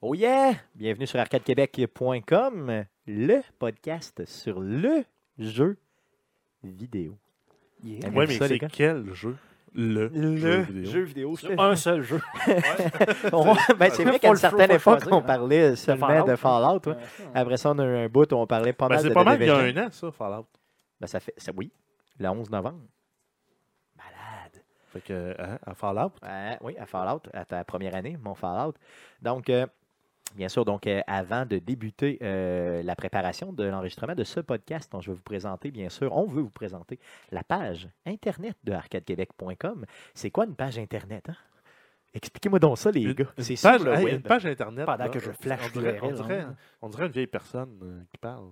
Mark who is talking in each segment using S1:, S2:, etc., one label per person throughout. S1: Oh yeah! Bienvenue sur arcadequebec.com, le podcast sur le jeu vidéo. Aimez-vous
S2: Ouais, mais
S1: ça, les
S2: c'est
S1: gars?
S2: quel jeu Le, Ben, jeu vidéo.
S1: vidéo.
S3: Sur un seul jeu.
S1: On- ben, c'est vrai
S3: Faut
S1: qu'à une
S3: le- faut-
S1: certaine
S3: faut
S1: époque,
S3: choisir,
S1: on
S3: hein.
S1: parlait seulement
S3: Fallout,
S1: de
S3: hein.
S1: Fallout. ouais. Après ça, on a eu un bout où on parlait pas
S2: Ben,
S1: mal de
S2: c'est pas
S1: The
S2: mal il y a
S1: Division.
S2: un an, ça, Fallout.
S1: Ben, ça fait, ça- oui, le 11 novembre. Malade.
S2: Fait que, hein, à Fallout,
S1: Ouais, oui, à Fallout, à ta première année, mon Fallout. Donc, euh, bien sûr, donc, euh, avant de débuter euh, la préparation de l'enregistrement de ce podcast, dont je vais vous présenter, bien sûr, on veut vous présenter la page Internet de arcadequebec.com. C'est quoi une page Internet? hein? Expliquez-moi donc ça, les
S2: une,
S1: gars.
S2: une
S1: C'est
S2: page,
S1: sur le
S2: hey,
S1: web.
S2: une page Internet.
S3: Pendant
S2: là,
S3: que je flash
S2: on dirait, on,
S3: l'URL,
S2: dirait,
S3: hein.
S2: on dirait une vieille personne euh, qui parle.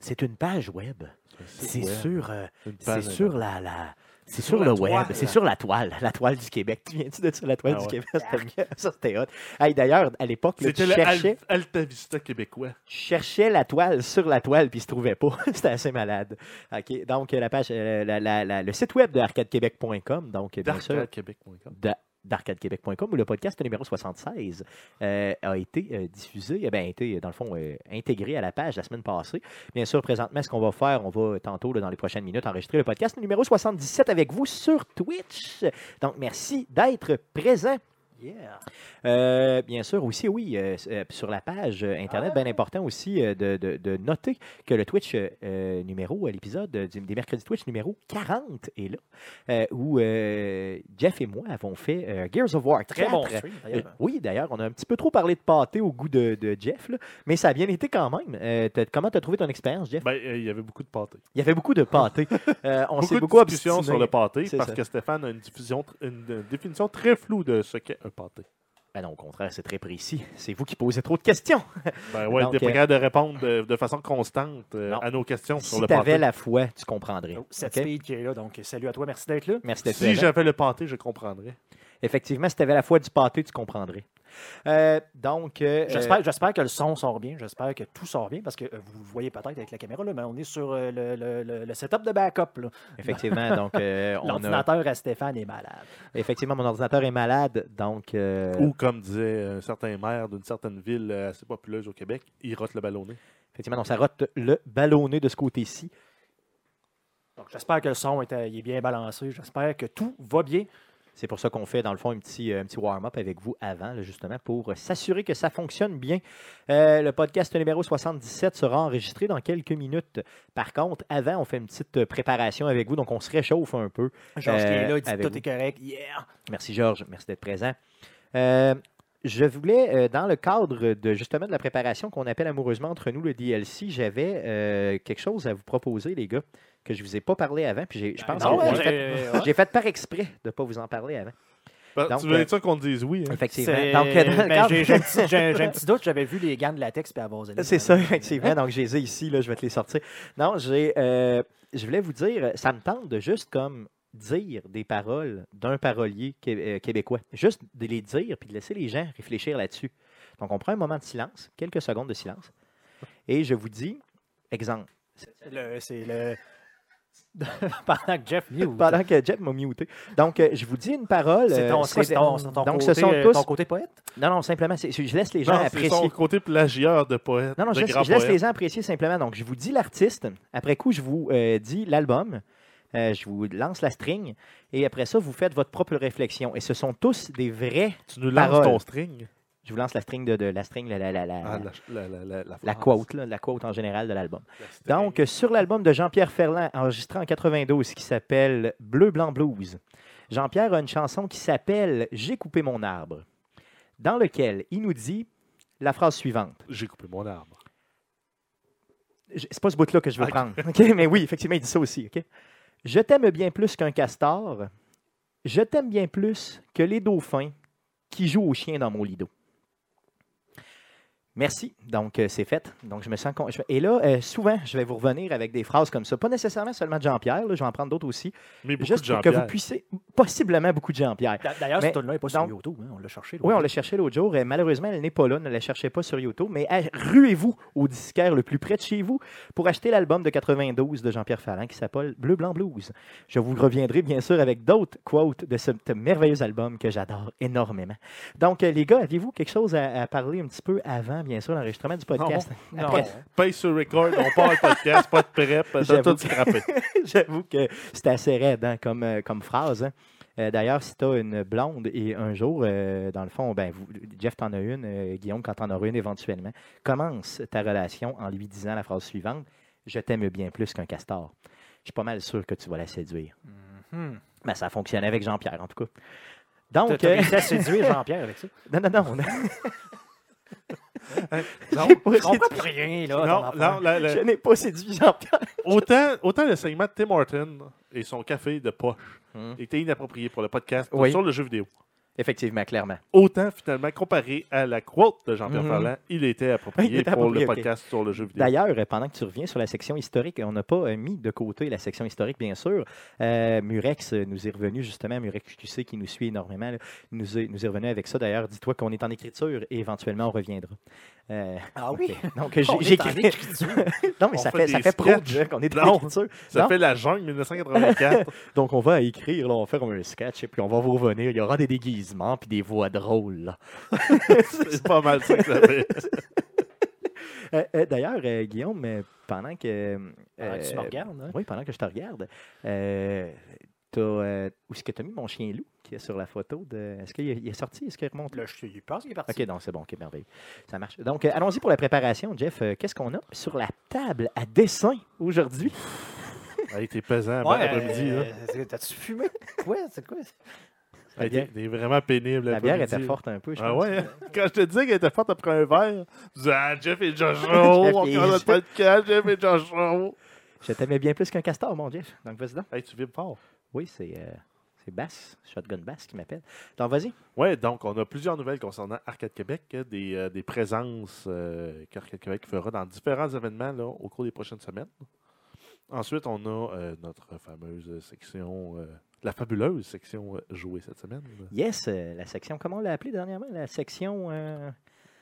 S1: C'est une page web. C'est
S2: web,
S1: sur, euh,
S2: une
S1: c'est
S2: page
S1: sur la, la- c'est
S3: sur
S1: sur le
S3: la
S1: web,
S3: toile.
S1: c'est sur la toile, la toile du Québec. Tu viens-tu de ça, la toile
S2: Ah
S1: du
S2: ouais.
S1: Québec? C'était mieux. Ça, c'était hot. Hey, D'ailleurs, à l'époque, là, tu
S2: C'était le Al-
S1: cherchais,
S2: Alta Vista québécois.
S1: tu cherchais la toile sur la toile, puis il se trouvait pas. C'était assez malade. OK, donc euh, la page, euh, la- la- la- le site web de arcadequebec.com, donc euh, bien sûr,
S2: Québec.com.
S1: de- d'arcadequebec.com où le podcast numéro 76 euh, a été euh, diffusé, eh bien, a été, dans le fond, euh, intégré à la page la semaine passée. Bien sûr, présentement, ce qu'on va faire, on va tantôt, là, dans les prochaines minutes, enregistrer le podcast numéro 77 avec vous sur Twitch. Donc, merci d'être présent.
S3: Yeah.
S1: Euh, bien sûr, aussi, oui, euh, s- euh, sur la page euh, Internet,
S2: Ah.
S1: bien important aussi euh, de, de- de noter que le Twitch euh, euh, numéro, euh, l'épisode euh, du- des mercredis Twitch numéro 40 est là, euh, où euh, Jeff et moi avons fait euh, Gears of War 4.
S3: Très bon stream,
S1: Euh,
S2: hein.
S3: d'ailleurs.
S1: oui, d'ailleurs, on a un petit peu trop parlé de pâté au goût de, de Jeff, là, mais ça a bien été quand même. Euh, t'as- comment tu as trouvé ton expérience, Jeff?
S2: Ben, euh, il y avait beaucoup de pâté.
S1: Il y avait beaucoup de pâté. Euh, on
S2: beaucoup
S1: s'est
S2: de
S1: beaucoup
S2: discussions
S1: obstiné.
S2: sur le pâté
S1: C'est
S2: parce
S1: ça.
S2: que Stéphane a une, diffusion tr- une, euh, définition très floue de ce qu'est un pâté.
S1: Ben non, au contraire, c'est très précis. C'est vous qui posez trop de questions.
S2: Ben ouais,
S1: Donc,
S2: t'es pas
S1: euh,
S2: capable de répondre de, de façon constante euh,
S1: Non.
S2: à nos questions sur
S1: si
S2: le
S1: tu avais
S2: pâté.
S1: la foi, tu comprendrais.
S3: Oh, Cette
S1: OK? Euh,
S3: speed qui est là, donc salut à toi, merci d'être là.
S1: Merci d'être
S2: Si
S1: présent.
S2: j'avais le pâté, je comprendrais.
S1: Effectivement, si tu avais la foi du pâté, tu comprendrais. Euh, donc, euh,
S3: J'espère j'espère que le son sort bien, j'espère que tout sort bien, parce que euh, vous le voyez peut-être avec la caméra, là, mais on est sur euh, le, le- le- le setup de backup. là.
S1: euh, effectivement, donc, euh, on a-
S3: L'ordinateur à Stéphane est malade.
S1: effectivement, mon ordinateur est malade, donc euh,
S2: Ou comme disait un certain maire d'une certaine ville euh, assez populeuse au Québec, il rote le ballonnet.
S1: effectivement, on s'arrote le ballonné de ce côté-ci.
S3: Donc j'espère que le son est, euh, il est bien balancé, j'espère que tout va bien.
S1: C'est pour ça qu'on fait, dans le fond, un petit, euh, un petit warm-up avec vous avant, là, justement, pour euh, s'assurer que ça fonctionne bien. Euh, le podcast numéro 77 sera enregistré dans quelques minutes. Par contre, avant, on fait une petite euh, préparation avec vous, donc on se réchauffe un peu.
S3: Georges qui est là, il dit
S1: Euh, avec
S3: tout
S1: vous.
S3: est correct, yeah!
S1: Merci Georges, merci d'être présent. Euh, je voulais, euh, dans le cadre de justement de la préparation qu'on appelle amoureusement entre nous le DLC, j'avais euh, quelque chose à vous proposer, les gars, que je ne vous ai pas parlé avant, puis j'ai- je pense
S3: Ben Non,
S1: que
S3: ouais,
S1: j'ai fait-
S3: j'ai- euh, ouais.
S1: j'ai fait par exprès de ne pas vous en parler avant.
S2: Ben,
S1: Donc, euh,
S2: tu veux être sûr qu'on te dise oui? hein?
S1: Effectivement.
S3: C'est-
S1: Donc, euh, dans le
S3: ben,
S1: cadre-
S3: j'ai j'ai un, petit- j'ai un- j'ai un petit doute, j'avais vu les gants de latex puis à Vaseline.
S1: Euh, C'est ça, effectivement. Donc, je les ai ici, là, je vais te les sortir. Non, j'ai, euh, je voulais vous dire, ça me tente de juste comme dire des paroles d'un parolier qué- euh, québécois. Juste de les dire puis de laisser les gens réfléchir là-dessus. Donc, on prend un moment de silence, quelques secondes de silence, et je vous dis, exemple,
S3: Le- C'est le. Pendant que Jeff mute.
S1: pendant que Jeff m'a muté. Donc, euh, je vous dis une parole.
S3: C'est ton,
S1: euh,
S3: c'est quoi, c'est ton- c'est ton
S1: donc, ce
S3: côté,
S1: sont
S3: euh,
S1: tous.
S3: ton côté poète.
S1: Non, non, simplement, c'est- je laisse les gens
S2: Non, c'est
S1: apprécier.
S2: son côté plagieur de poète.
S1: Non, non,
S2: de
S1: je laisse,
S2: grand
S1: je laisse
S2: poète.
S1: les gens apprécier simplement. Donc, je vous dis l'artiste. Après coup, je vous euh, dis l'album. Euh, je vous lance la string. Et après ça, vous faites votre propre réflexion. Et ce sont tous des vrais.
S2: Tu nous lances
S1: paroles.
S2: ton string.
S1: Je vous lance la string de, de- la string, la, la, la, la,
S2: Ah, la, la, la, la, la
S1: la
S2: phrase.
S1: quote, là, la quote en général de l'album.
S2: La string.
S1: Donc, euh, sur l'album de Jean-Pierre Ferland, enregistré en 92, qui s'appelle Bleu, Blanc, Blues, Jean-Pierre a une chanson qui s'appelle J'ai coupé mon arbre, dans lequel il nous dit la phrase suivante.
S2: J'ai coupé mon arbre.
S1: je- c'est pas ce bout-là que je veux
S2: Ok.
S1: prendre. OK, mais oui, effectivement, il dit ça aussi. OK? Je t'aime bien plus qu'un castor. Je t'aime bien plus que les dauphins qui jouent aux chiens dans mon lido. Merci. Donc, euh, c'est fait. Donc, je me sens. con- je- Et là, euh, souvent, je vais vous revenir avec des phrases comme ça. Pas nécessairement seulement de Jean-Pierre, là, je vais en prendre d'autres aussi.
S2: Mais beaucoup de
S1: Juste
S2: gens
S1: pour que vous puissiez. Possiblement beaucoup de Jean-Pierre.
S3: D'a- D'ailleurs,
S1: Mais
S3: cette tune-là n'est pas sur
S1: donc-
S3: YouTube. hein, on l'a cherché.
S1: Oui, on l'a cherché l'autre jour. et malheureusement, elle n'est pas là. Ne la cherchez pas sur YouTube. Mais ah, ruez-vous au disquaire le plus près de chez vous pour acheter l'album de 92 de Jean-Pierre Ferland qui s'appelle Bleu, Blanc, Blues. Je vous reviendrai bien sûr avec d'autres quotes de ce ce merveilleux album que j'adore énormément. Donc, euh, les gars, aviez-vous quelque chose à, à parler un petit peu avant, bien sûr, l'enregistrement du podcast?
S3: Non.
S1: Après-
S2: Paye sur record, on part le podcast, pas de prep, t'as
S1: J'avoue
S2: tout scrappé.
S1: J'avoue que c'est assez raide hein, comme, euh, comme phrase. hein. Euh, D'ailleurs, si tu as une blonde et un jour, euh, dans le fond, ben, vous- Jeff, t'en as une, euh, Guillaume, quand t'en auras une éventuellement, commence ta relation en lui disant la phrase suivante Je t'aime bien plus qu'un castor. Je suis pas mal sûr que tu vas la séduire.
S3: Hmm.
S1: Mais ça fonctionnait avec Jean-Pierre, en tout cas. Donc,
S3: T'as
S1: euh,
S3: réussi à séduire Jean-Pierre avec ça.
S1: non, non, non. on a-
S3: Non,
S1: J'ai pas
S3: je
S1: séduit-
S3: comprends plus rien, là.
S2: Non,
S3: ton
S2: non,
S3: affaire.
S2: la- la-
S1: Oh, je n'ai pas séduit Jean-Pierre.
S2: autant, autant le segment de Tim Horton et son café de poche
S1: Hmm.
S2: était inapproprié pour le podcast
S1: Oui.
S2: sur le jeu vidéo.
S1: Effectivement, clairement.
S2: Autant, finalement, comparé à la quote de Jean-Pierre
S1: Mhm.
S2: Ferland, il était approprié
S1: Il était
S2: pour
S1: approprié,
S2: le podcast sur le jeu vidéo.
S1: D'ailleurs, euh, pendant que tu reviens sur la section historique, on n'a pas euh, mis de côté la section historique, bien sûr. Euh, Murex euh, nous est revenu, justement, Murex QC qui nous suit énormément, là, nous, est, nous est revenu avec ça. D'ailleurs, dis-toi qu'on est en écriture et éventuellement on reviendra. Euh,
S3: Ah
S1: ok.
S3: oui.
S1: Donc, j'ai-
S3: On est en
S1: j'écris.
S3: écriture.
S1: Non, mais
S2: On
S1: ça
S2: fait
S1: fait, ça
S2: des
S1: fait pro
S2: sketchs.
S1: de jeu qu'on est en
S2: Non.
S1: écriture.
S2: Ça
S1: non.
S2: fait la jungle 1984.
S1: Donc, on va écrire, là, on va faire un sketch et puis on va vous revenir. Il y aura des déguisements puis des voix drôles. là.
S2: C'est pas mal ça que ça fait.
S1: Euh, euh, D'ailleurs, euh, Guillaume, euh, pendant que. euh,
S3: Ah, Tu me regardes, hein?
S1: Oui, pendant que je te regarde, euh, t'as, euh, où est-ce que tu as mis mon chien loup qui est sur la photo de... Est-ce qu'il est, il est sorti? Est-ce qu'il remonte?
S3: Là, je suis- je pense qu'il est parti.
S1: OK, non, c'est bon, OK, merveilleux. Ça marche. Donc, euh, allons-y pour la préparation, Jeff. Euh, Qu'est-ce qu'on a sur la table à dessin aujourd'hui?
S2: Hey, t'es pesant, hein. bon
S3: Ouais,
S2: après-midi.
S3: euh,
S2: là.
S3: c'est- T'as-tu fumé? Quoi? C'est quoi?
S1: La
S2: Hey, t'es
S1: bière,
S2: t'es vraiment pénible.
S1: la bière
S2: l'après-midi,
S1: était
S2: là.
S1: forte un peu, je
S2: Ah
S1: pense.
S2: ouais? hein? Quand je te disais qu'elle était forte après un verre, tu disais ah, Jeff et Jojo, on
S1: et-
S2: commence notre podcast, Jeff et Jojo.
S1: Je t'aimais bien plus qu'un castor, mon Jeff. Donc, vas-y donc.
S2: Hey, tu vibres fort.
S1: Oui, c'est... euh, c'est Bass, Shotgun Bass qui m'appelle. Donc, vas-y.
S2: Ouais, donc on a plusieurs nouvelles concernant Arcade Québec, euh, des, euh, des présences euh, qu'Arcade Québec fera dans différents événements là, au cours des prochaines semaines. Ensuite, on a euh, notre fameuse section, euh, la fabuleuse section euh, jouée cette semaine.
S1: Yes, euh, la section, comment on l'a appelée dernièrement? La section euh,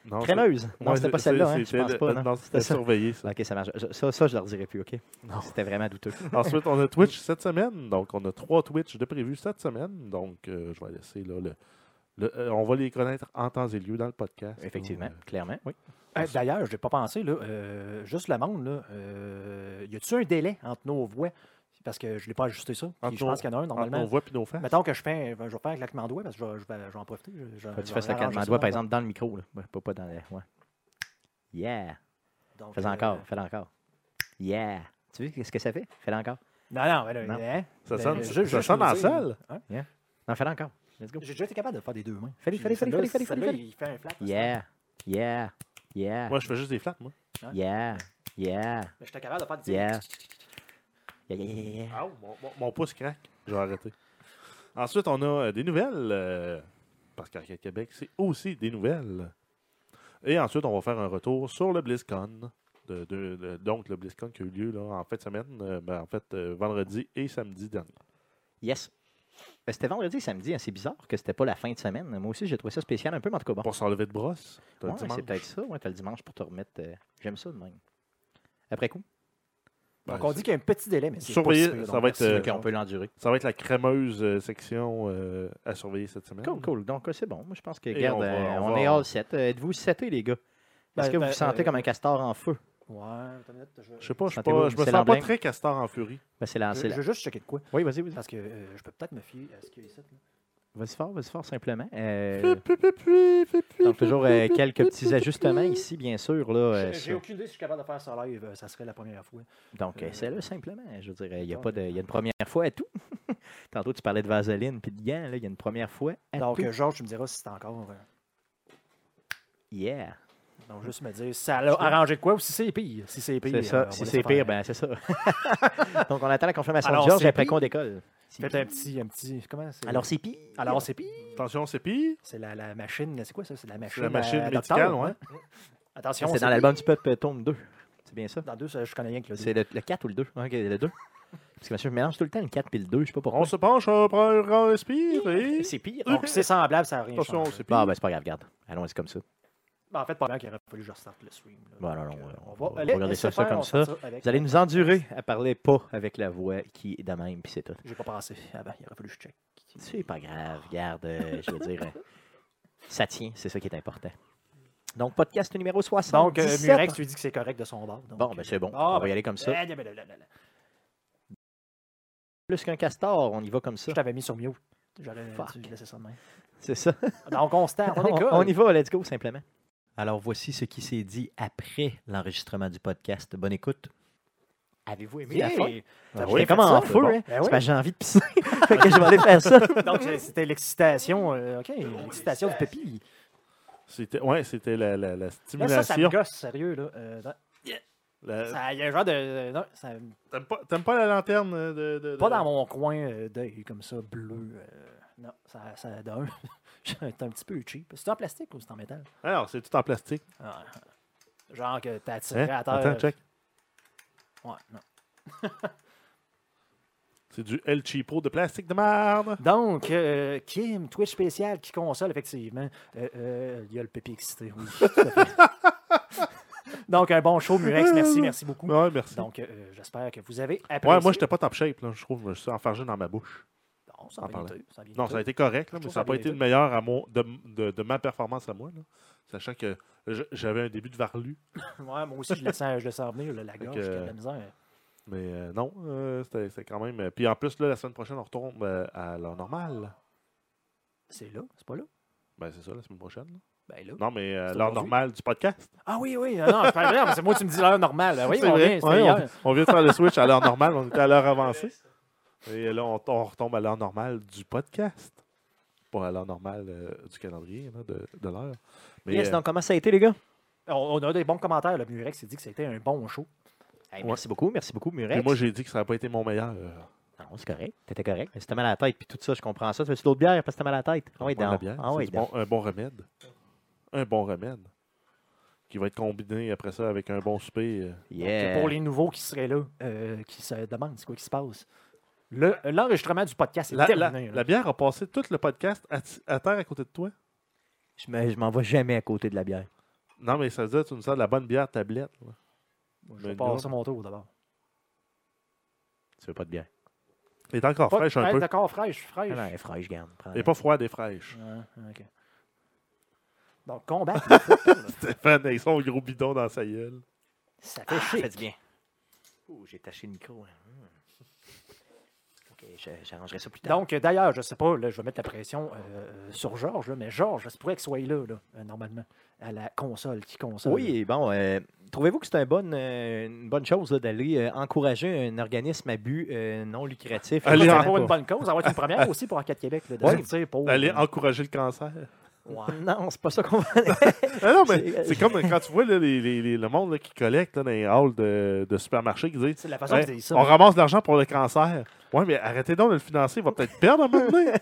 S2: Non, c'est-
S1: crémeuse. Non,
S2: ouais,
S1: c'était pas
S2: c'est-
S1: celle-là, hein, je
S2: c'était
S1: pense
S2: le-
S1: pas.
S2: euh,
S1: non.
S2: non, c'était
S1: C'était ça.
S2: surveillé, ça.
S1: Ok, ça marche. Je- Ça, ça je leur dirai plus, ok?
S2: Non.
S1: C'était vraiment douteux.
S2: Ensuite, on a Twitch cette semaine. Donc, on a trois Twitch de prévu cette semaine. Donc, euh, je vais laisser là, le, le- euh, on va les connaître en temps et lieu dans le podcast.
S1: Effectivement,
S2: Donc, euh,
S1: clairement, oui.
S3: Euh, D'ailleurs, je n'ai pas pensé, là, euh, juste la monde, là, euh, y a-tu un délai entre nos voix? Parce que je ne l'ai pas ajusté ça. Puis
S2: Entre
S3: je
S2: nos-
S3: pense qu'il y en a un
S2: entre nos
S3: normalement.
S2: voix puis nos faces.
S3: Mettons que je fais un, je vais faire un claquement de doigts parce que je vais, je vais- je vais en profiter. Je- je-
S1: Faut que
S3: je
S1: tu fasses
S3: vais
S1: la canne
S3: arranger
S1: à
S3: ça,
S1: doigt, par
S3: ouais.
S1: exemple, dans le micro. Là. Ouais, Pas, pas dans le. Ouais. Yeah.
S3: Donc,
S1: Fais-le
S3: euh,
S1: encore, fais-le encore. Yeah. Tu vois ce que ça fait? Fais-le encore.
S3: Non, non, mais là,
S1: Non.
S3: hein?
S2: Ça
S3: Ben,
S2: sonne,
S3: je- je-
S2: ça
S3: je
S2: sonne
S3: veux
S2: en
S3: dire,
S2: salle.
S3: hein?
S1: Non, fais-le encore. Let's go.
S3: J'ai déjà été capable de faire des deux mains.
S1: Fallait,
S3: Puis
S1: fallait, fallait,
S3: celle-là-
S1: fallait, fallait,
S3: celle-là,
S1: fallait.
S3: Il fait un flat. parce que-
S1: Yeah. Yeah. Yeah.
S2: Moi, je fais juste des flaps, moi.
S1: Yeah. Yeah.
S3: Mais j'étais capable de faire des
S1: Yeah. Yeah, yeah, yeah, yeah.
S2: Ah, mon, mon- mon pouce craque. Je vais arrêter. Ensuite, on a euh, des nouvelles. euh, parce qu'Arcade Québec, c'est aussi des nouvelles. Et ensuite, on va faire un retour sur le BlizzCon. de- de- de- donc, le BlizzCon qui a eu lieu là, en fin de semaine, euh, ben, en fait, euh, vendredi et samedi dernier.
S1: Yes. Ben, C'était vendredi, samedi. hein. C'est bizarre que c'était pas la fin de semaine. Moi aussi, j'ai trouvé ça spécial un peu, mais en tout cas, bon.
S2: Pour s'enlever de brosse, t'as le
S1: Ouais,
S2: dimanche.
S1: c'est peut-être ça. Ouais, t'as le dimanche pour te remettre. euh, J'aime ça de même. Après coup,
S3: Donc,
S2: Ouais,
S3: on dit qu'il y a un petit délai, mais c'est pas
S2: Surveillez,
S3: si pire,
S2: ça
S3: donc
S2: va être,
S3: merci.
S2: euh,
S1: Ok, on peut l'endurer.
S2: Ça va être la crémeuse euh, section euh, à surveiller cette
S3: Hein?
S2: semaine.
S1: Cool, cool. Donc, euh, c'est bon. Moi, je pense que,
S2: Et
S1: regarde,
S2: on va-
S1: euh, on,
S2: on va-
S1: est all set. Euh, Êtes-vous setés, les gars? Est-ce
S3: Ben,
S1: que vous
S3: ben,
S1: vous sentez
S3: euh,
S1: comme un castor en feu?
S3: Ouais, attends une minute, je vais-
S2: Je sais pas, je suis
S1: Sentez-vous
S2: pas- je me
S1: Michel
S2: sens pas
S1: Lamblin?
S2: très castor en furie.
S1: Ben, c'est la,
S3: je-
S1: c'est la-
S3: je vais juste checker de quoi.
S1: Oui, vas-y, vas-y.
S3: Parce que euh, je peux peut-être me fier à ce qu'il y a ici. là.
S1: Vas-y fort, vas-y fort, simplement. Euh, donc,
S2: Donc,
S1: toujours euh, quelques petits ajustements ici, bien sûr. Là, euh,
S3: J'ai- J'ai
S1: sur-
S3: aucune idée si je suis capable de faire ça live. euh, Ça serait la première fois.
S1: donc, euh,
S3: euh,
S1: c'est là, simplement. Je veux dire, il y a
S3: donc,
S1: pas de... Il y a une première fois à tout. Tantôt, tu parlais de vaseline puis de gants. là, Il y a une première fois à
S3: Donc,
S1: tout.
S3: euh, Georges, tu me diras si c'est encore. euh,
S1: Yeah.
S3: Donc, juste me dire si ça l'a arrangé de quoi ou si c'est pire. Si c'est pire,
S1: C'est
S3: euh,
S1: ça.
S3: on
S1: Si
S3: laisse
S1: c'est
S3: faire.
S1: pire, ben c'est ça. Donc, on attend la confirmation
S3: Alors,
S1: de Georges
S3: c'est
S1: et après
S3: pire.
S1: qu'on décolle.
S3: Faites un petit, un petit. Comment c'est Ah,
S1: Alors, c'est pire.
S3: Alors, c'est pire.
S2: Attention, c'est pire.
S3: C'est la, la machine. C'est quoi ça C'est la machine.
S2: La machine
S1: euh,
S3: à docteur, hein?
S2: médicale,
S1: hein.
S2: ouais.
S3: Attention,
S1: c'est dans l'album du peuple tome 2. C'est bien ça?
S3: Dans deux, ça, je connais rien que le deux.
S1: C'est le, le 4 ou le 2? Ok, le 2. Parce que monsieur, je mélange tout le temps le 4 et le 2, je sais pas pourquoi.
S2: On se penche, on prend un respire et.
S3: C'est pire. Donc, si c'est semblable, ça n'a rien
S2: Attention,
S3: changé.
S2: c'est pire.
S1: Bon, ben c'est pas grave, regarde. Allons-y comme ça.
S3: Ben, en fait, pas mal qu'il aurait fallu que je restarte le stream. là.
S1: Bon, non,
S3: Donc,
S1: non,
S3: euh,
S1: on-
S3: va
S1: on va
S3: aller
S1: regarder ça,
S3: laisser
S1: ça
S3: faire,
S1: comme
S3: on fait
S1: ça.
S3: avec-
S1: Vous allez nous endurer à parler pas avec la voix qui est de même, puis c'est tout.
S3: J'ai pas pensé avant, il aurait fallu que je check.
S1: C'est pas grave, regarde, euh, je veux dire, euh, ça tient, c'est ça qui est important. Donc, podcast numéro 60.
S3: Donc, euh, Murex, tu dis que c'est correct de son bord. donc,
S1: Bon, ben c'est bon,
S3: Ah,
S1: on va
S3: ben,
S1: y aller comme ça.
S3: eh, blablabla.
S1: Plus qu'un castor, on y va comme ça.
S3: Je t'avais mis sur mute. J'aurais
S1: Fuck.
S3: dû laisser ça de même.
S1: C'est ça.
S3: Donc, on se tarde, on
S1: Ah, On,
S3: décolle.
S1: on y va, let's go, simplement. Alors, voici ce qui s'est dit après l'enregistrement du podcast. Bonne écoute. Avez-vous aimé
S3: Yeah.
S1: la fin?
S3: T'as
S1: J'étais
S3: bien fait
S1: comme
S3: ça,
S1: en
S3: c'est
S1: feu,
S3: bon.
S1: hein.
S3: Ben
S1: C'est
S3: oui.
S1: parce que j'ai envie de pisser. fait que je vais aller faire ça.
S3: Donc, j'ai- c'était l'excitation, euh, OK, l'excitation du pépi.
S2: C'était, ouais, c'était la, la, la
S3: Là, ça, ça me
S2: stimulation.
S3: gosse, sérieux, là. Euh, non,
S2: La-
S3: ça- Il y a un genre de... euh, non, ça-
S2: T'aimes pas, t'aimes pas la lanterne de. de- de-
S3: pas dans mon coin euh, d'œil, comme ça, bleu. euh, non, ça, ça d'un. c'est un petit peu cheap. C'est en plastique ou c'est en métal?
S2: Alors, c'est tout en plastique.
S3: Ah, genre que t'as attiré
S2: Hein?
S3: à terre.
S2: Attends, check.
S3: Ouais, non.
S2: C'est du El Cheapo de plastique de merde.
S3: Donc, euh, Kim, Twitch spécial qui console, effectivement. Euh, euh, il y a le pépi excité, oui. tout à fait. Donc, un bon show, Murex. Merci, merci beaucoup.
S2: Ouais, merci.
S3: Donc, euh, j'espère que vous avez apprécié.
S2: ouais, moi, j'étais pas top shape, là. Je trouve, je me suis enfargé dans ma bouche.
S3: Non, ça a
S2: en
S3: bien
S2: parlant.
S3: été, ça a bien
S2: Non,
S3: été.
S2: ça a été correct,
S3: Je
S2: là, mais
S3: trouve
S2: ça
S3: ça
S2: n'a pas
S3: a bien
S2: été le
S3: été.
S2: meilleur à mon, de, de, de ma performance à moi, là. Sachant que je- j'avais un début de varlu.
S3: Ouais, moi aussi, je le sens, je le sens venir, là, la gorge,
S2: que- euh,
S3: qui a de la misère.
S2: Mais euh, non, euh, c'était c'était quand même. Puis en plus, là, la semaine prochaine, on retombe euh, à l'heure normale.
S3: C'est là, c'est pas là.
S2: Ben, c'est ça, la semaine prochaine. là.
S3: Ben là.
S2: Non, mais euh,
S3: C'est
S2: l'heure
S3: aujourd'hui.
S2: normale du podcast.
S3: Ah oui, oui, ah non, c'est pas vrai, mais c'est moi, tu me dis l'heure normale. Ah Oui,
S2: C'est
S3: on
S2: vrai.
S3: vient, c'était
S2: Ouais,
S3: hier.
S2: on, on vient de faire le switch à l'heure normale, on était à l'heure avancée. Et là, on, on retombe à l'heure normale du podcast. Pas à l'heure normale euh, du calendrier, là, de, de l'heure. Mais
S1: Yes,
S2: euh,
S1: donc comment ça a été, les gars?
S3: On, on a des bons commentaires. Le Murex il dit que c'était un bon show.
S1: Hey,
S2: Ouais.
S1: Merci beaucoup, merci beaucoup,
S2: puis
S1: Murex.
S2: moi, j'ai dit que ça n'a pas été mon meilleur. euh,
S1: Non, c'est correct. T'étais correct. Mais c'était mal à la tête, puis tout ça, je comprends ça. Tu veux d'autres bières parce que t'as mal à la tête? Ah oui,
S2: Prendre la
S1: donc.
S2: bière,
S1: Ah
S2: c'est
S1: oui,
S2: du
S1: donc.
S2: bon- un bon remède. Un bon remède. Qui va être combiné après ça avec un bon souper. euh.
S1: Yeah.
S3: Que Pour les nouveaux qui seraient là, euh, qui se demandent c'est quoi qui se passe. Le- L'enregistrement du podcast est
S2: La, la-
S3: terminé. là.
S2: la bière a passé tout le podcast à, à terre à côté de toi.
S1: Je me- je m'en vais jamais à côté de la bière.
S2: Non, mais ça veut dire que tu nous sers de la bonne bière tablette. là.
S3: Je vais
S2: Mais
S3: passer mon tour d'abord.
S1: Tu veux pas de bière?
S2: Elle est encore
S3: Pas-
S2: Ah, fraîche un
S3: hey,
S2: peu.
S3: D'accord, fraîche,
S1: Ah
S3: fraîche.
S1: non, elle est fraîche, garde.
S2: Elle n'est pas froide, elle est fraîche.
S3: Ah, ok. Donc, combat,
S2: Stéphane, avec son gros bidon dans sa gueule.
S3: ça fait
S1: Ah,
S3: chier.
S1: faites bien. Ouh, j'ai taché le micro. hein. Hmm. Ok, je- j'arrangerai ça plus tard.
S3: Donc, euh, d'ailleurs, je sais pas, là, je vais mettre la pression euh, euh, sur Georges, là, mais Georges, c'est pourrait qu'il soit là, là, euh, normalement, à la console, qui console. là.
S1: Oui, bon, euh, trouvez-vous que c'est un bon, euh, une bonne chose là, d'aller euh, encourager un organisme à but euh, non lucratif?
S2: Allez,
S3: C'est
S2: en-
S3: pour une bonne cause, ça va être une première aussi pour Arcade Québec, là, de
S1: Ouais.
S3: sortir pour...
S2: Aller
S3: euh,
S2: encourager le cancer.
S3: ouais.
S1: Non, c'est pas ça qu'on va.
S2: Ah non, mais
S1: C'est-
S2: c'est comme quand tu vois là, les- les- les- le monde là, qui collecte là, dans les halls de, de supermarchés qui disent
S3: C'est la façon
S2: Ouais,
S3: que tu dis Ah, ça.
S2: On ramasse de l'argent pour le cancer. Ouais, mais arrêtez donc de le financer, il va peut-être perdre un moment donné.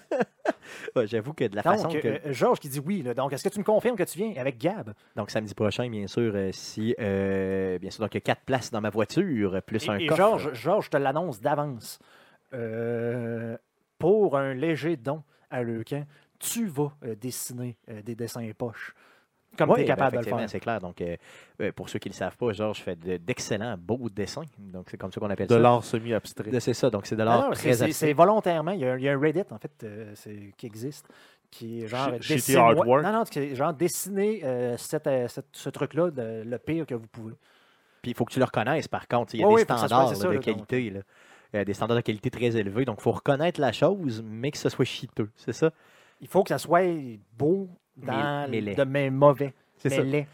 S1: Ouais, J'avoue que de la façon
S3: Donc,
S1: que.
S3: euh, Georges qui dit oui. là. donc, est-ce que tu me confirmes que tu viens avec Gab?
S1: Donc, samedi prochain, bien sûr, euh, si. euh, bien sûr, donc il y a quatre places dans ma voiture, euh, plus
S3: Et,
S1: un
S3: et
S1: coffre.
S3: Georges, Georges, je te l'annonce d'avance. Euh, pour un léger don à Leucan, tu vas euh, dessiner euh, des dessins poches. Comme
S1: Ouais,
S3: tu es
S1: ben,
S3: capable de le
S1: effectivement,
S3: faire.
S1: C'est clair. Donc, euh, euh, pour ceux qui ne le savent pas, Georges fait de- d'excellents beaux dessins. Donc, c'est comme ça qu'on appelle
S2: De
S1: ça.
S2: l'art semi-abstrait.
S1: De- C'est ça. Donc, c'est de
S3: Ah Non,
S1: l'art
S3: non,
S1: très
S3: c'est- c'est
S1: abstrait.
S3: c'est volontairement. Il y, a un, il y a un Reddit, en fait, euh, c'est- qui existe, qui est genre.
S2: Sh- shitty
S3: dessine-moi-
S2: artwork.
S3: Non, non, qui est genre dessiner euh, cette, euh, cette- ce truc-là de- le pire que vous pouvez.
S1: Puis il faut que tu le reconnaisses, par contre. Il y a
S3: Oui,
S1: des
S3: oui, faut que ça soit-
S1: standards
S3: c'est
S1: là,
S3: ça,
S1: de
S3: là, donc.
S1: qualité. là. Euh, des standards de qualité très élevés. Donc, il faut reconnaître la chose, mais que ce soit chiteux. C'est ça?
S3: Il faut que ça soit beau dans
S1: Mais- mais laid.
S3: de mais mauvais.
S1: C'est
S3: mais
S1: ça.
S3: laid.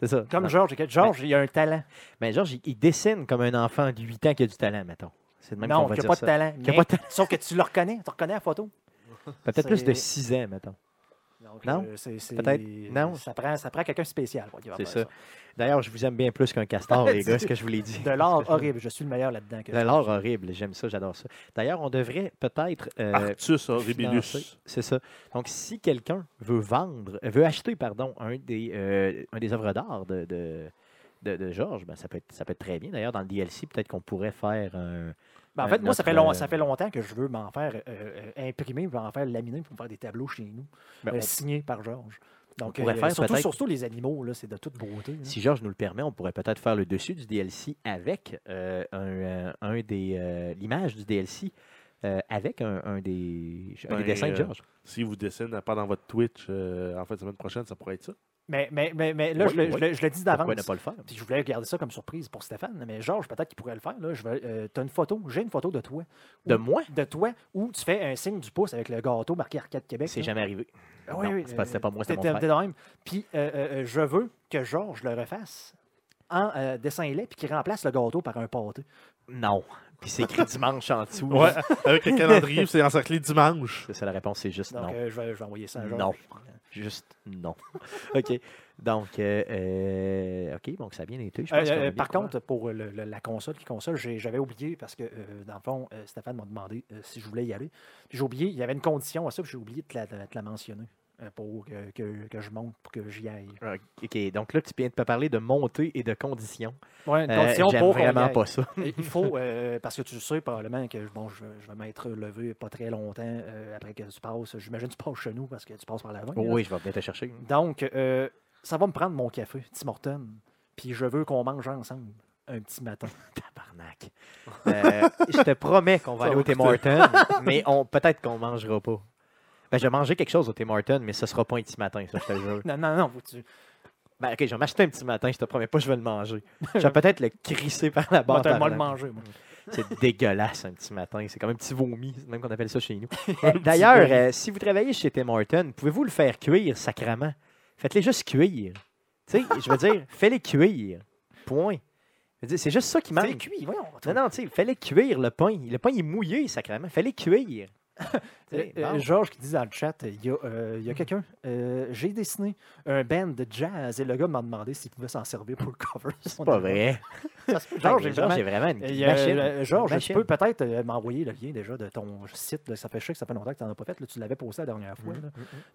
S1: C'est ça.
S3: Comme
S1: Non.
S3: Georges, que- Georges, il a un talent.
S1: Mais Georges, il, il dessine comme un enfant de 8 ans qui a du talent, mettons. C'est de même qu'on
S3: non,
S1: va
S3: qu'il n'y
S1: dire
S3: a pas
S1: ça.
S3: de talent.
S1: Qu'il y a
S3: mais-
S1: pas de
S3: Sauf que tu le reconnais, tu reconnais la photo.
S1: Peut-être plus de
S3: C'est-
S1: 6 ans, mettons.
S3: Donc,
S1: Non,
S3: euh, c'est- c'est-
S1: peut-être, non.
S3: Ça prend, ça prend quelqu'un de spécial. pour qu'il va
S1: C'est
S3: faire
S1: ça. D'ailleurs, je vous aime bien plus qu'un castor, les gars, ce que je vous l'ai dit.
S3: ça. De l'art horrible. Je suis le meilleur là-dedans. que
S1: De l'or horrible, j'aime ça, j'adore ça. D'ailleurs, on devrait peut-être. euh,
S3: Ah,
S2: Artus
S1: financer.
S2: horribilus.
S1: C'est ça. Donc, si quelqu'un veut vendre, euh, veut acheter, pardon, un des, euh, un des œuvres d'art de, de, de- de Georges, ben, ça, peut être, ça peut être très bien. D'ailleurs, dans le DLC, peut-être qu'on pourrait faire un.
S3: Ben, en
S1: Euh,
S3: fait, moi, ça
S1: notre,
S3: fait, long-
S1: euh,
S3: ça fait longtemps que je veux m'en faire euh, euh, imprimer, m'en faire laminer pour me faire des tableaux chez nous,
S1: ben,
S3: euh,
S1: on-
S3: signés par Georges. Donc,
S1: On pourrait
S3: euh,
S1: faire
S3: surtout,
S1: peut-être-
S3: surtout les animaux, là, c'est de toute beauté. là.
S1: si Georges nous le permet, on pourrait peut-être faire le dessus du DLC avec euh, un, euh, un des. euh, l'image du DLC euh, avec un, un des, un des
S2: Ben,
S1: dessins de
S2: euh,
S1: Georges.
S2: Si vous dessinez pas dans votre Twitch euh, en fin de semaine prochaine, ça pourrait être ça.
S3: Mais, mais, mais, mais là,
S1: Oui,
S3: je, le-
S1: oui.
S3: je le- je le dis d'avance.
S1: Pourquoi ne pas le faire?
S3: Puis je voulais garder ça comme surprise pour Stéphane, mais Georges, peut-être qu'il pourrait le faire. Là. Je veux, euh, t'as une photo, j'ai une photo de toi,
S1: De moi,
S3: de toi où tu fais un signe du pouce avec le gâteau marqué Arcade Québec.
S1: c'est
S3: là.
S1: jamais arrivé.
S3: Ah oui,
S1: non,
S3: oui,
S1: c'est pas- c'était pas moi, c'était mon
S3: t'es-
S1: frère.
S3: t'es de même. Puis euh, euh, euh, je veux que Georges le refasse en euh, dessin lait, puis qu'il remplace le gâteau par un pâté.
S1: Non. Puis c'est écrit dimanche en dessous.
S2: Ouais, avec le calendrier, puis c'est encerclé dimanche.
S1: C'est ça la réponse, c'est juste
S3: Donc
S1: non.
S3: euh, je, vais, je vais envoyer ça à Georges.
S1: Non. Juste non. OK. Donc, euh, euh, OK, donc ça a bien été. Je
S3: Euh,
S1: pense qu'on a
S3: euh,
S1: bien
S3: par
S1: couvert.
S3: contre, pour le- le- la console qui console, j'ai- j'avais oublié parce que, euh, dans le fond, euh, Stéphane m'a demandé euh, si je voulais y aller. Puis j'ai oublié, il y avait une condition à ça, puis j'ai oublié de te la, de la mentionner euh, pour que, que- que je monte, pour que j'y aille.
S1: OK, donc là, tu viens de me parler de montée et de conditions.
S3: Ouais, une
S1: Euh,
S3: condition
S1: J'aime
S3: pour qu'on y
S1: vraiment
S3: aille.
S1: pas ça.
S3: Et Il faut, euh, parce que tu sais probablement que bon, je, je vais m'être levé pas très longtemps euh, après que tu passes. J'imagine que tu passes chez nous parce que tu passes par la vingt, là.
S1: Oui, je vais venir te chercher.
S3: Donc, euh, ça va me prendre mon café, Tim Horton. Puis je veux qu'on mange ensemble un petit matin.
S1: Tabarnak. Euh, je te promets qu'on va
S2: Ça
S1: aller
S2: va
S1: au Tim Hortons, mais on, peut-être qu'on mangera pas. Ben, je vais manger quelque chose au Tim Hortons, mais ce sera pas un petit matin, ça, je te le jure.
S3: Non, non, non, faut que tu.
S1: Ben, OK, je vais m'acheter un petit matin, je te promets pas, je vais le manger. Je vais peut-être le crisser par la
S3: Moi,
S1: barre.
S3: t'as le
S1: par
S3: mal
S1: là.
S3: manger, moi.
S1: C'est dégueulasse un petit matin. C'est comme un petit vomi, c'est même qu'on appelle ça chez nous.
S2: Un
S1: Euh,
S2: petit
S1: D'ailleurs,
S2: vomi.
S1: euh, si vous travaillez chez Tim Hortons, pouvez-vous le faire cuire sacrament? Faites-les juste cuire. Tu sais, je veux dire, fais-les cuire. Point. Je veux dire, C'est juste ça qui
S3: C'est
S1: manque.
S3: cuit, voyons.
S1: Non, non, tu sais, fallait cuire le pain. Le pain, il est mouillé, sacrément. Fallait cuire. Tu sais, bon.
S3: euh, Georges qui dit dans le chat, il y a, euh, il y a quelqu'un, euh, j'ai dessiné un band de jazz et le gars m'a demandé s'il pouvait s'en servir pour le cover.
S1: C'est pas vrai.
S3: Georges, j'ai
S1: Georges
S3: vraiment
S1: est vraiment une
S3: Et, euh,
S1: machine.
S3: euh,
S1: Une
S3: Georges, tu
S1: machine.
S3: peux peut-être euh, m'envoyer le lien déjà de ton site. là. ça fait chier que ça fait longtemps que tu n'en as pas fait. là. tu l'avais posté la dernière fois. là.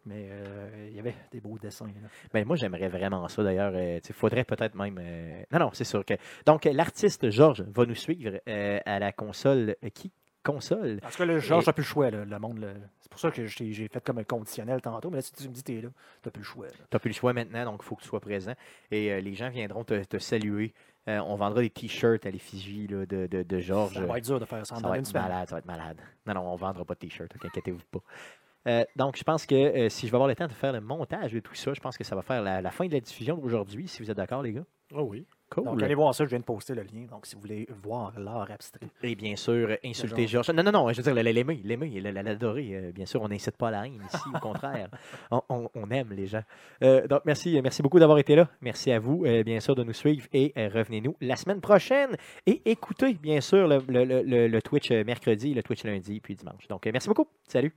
S3: Mais euh, il y avait des beaux dessins. là.
S1: Ben, moi, j'aimerais vraiment ça, d'ailleurs. il faudrait peut-être même... euh, Non, non, c'est sûr que... Donc, euh, l'artiste Georges va nous suivre euh, à la console... euh, Qui? Console.
S3: En tout cas, là, Georges, tu plus le choix. là. le monde, là. c'est pour ça que je t'ai- j'ai fait comme un conditionnel tantôt. Mais là, si tu me dis que tu es là, tu plus le choix. là.
S1: Tu n'as plus le choix maintenant, donc il faut que tu sois présent. Et euh, les gens viendront te, te saluer. Euh, on vendra des T-shirts à l'effigie là, de, de, de Georges.
S3: Ça va être dur de faire ça en
S1: Ça va
S3: une
S1: être
S3: semaine.
S1: malade, ça va être malade. Non, non, on ne vendra pas de t-shirt, ok, inquiétez-vous pas. Euh, donc, je pense que euh, si je vais avoir le temps de faire le montage de tout ça, je pense que ça va faire la, la fin de la diffusion d'aujourd'hui, si vous êtes d'accord, les gars.
S2: Ah oui.
S1: Cool.
S3: Donc, allez voir ça. Je viens de poster le lien. Donc, si vous voulez voir l'art abstrait.
S1: Et bien sûr, euh, insulter
S3: Le
S1: Georges. Non, non, non, je veux dire, le- le- l'aimer, l'aimer, le- le- l'adorer. euh, Bien sûr, on n'incite pas à la haine ici, au contraire. On, on- on aime les gens. Euh, donc, merci, euh, merci beaucoup d'avoir été là. Merci à vous, euh, bien sûr, de nous suivre et euh, revenez-nous la semaine prochaine. Et écoutez, bien sûr, le, le- le- le- le Twitch euh, mercredi, le Twitch lundi, puis dimanche. Donc, euh, merci beaucoup. Salut.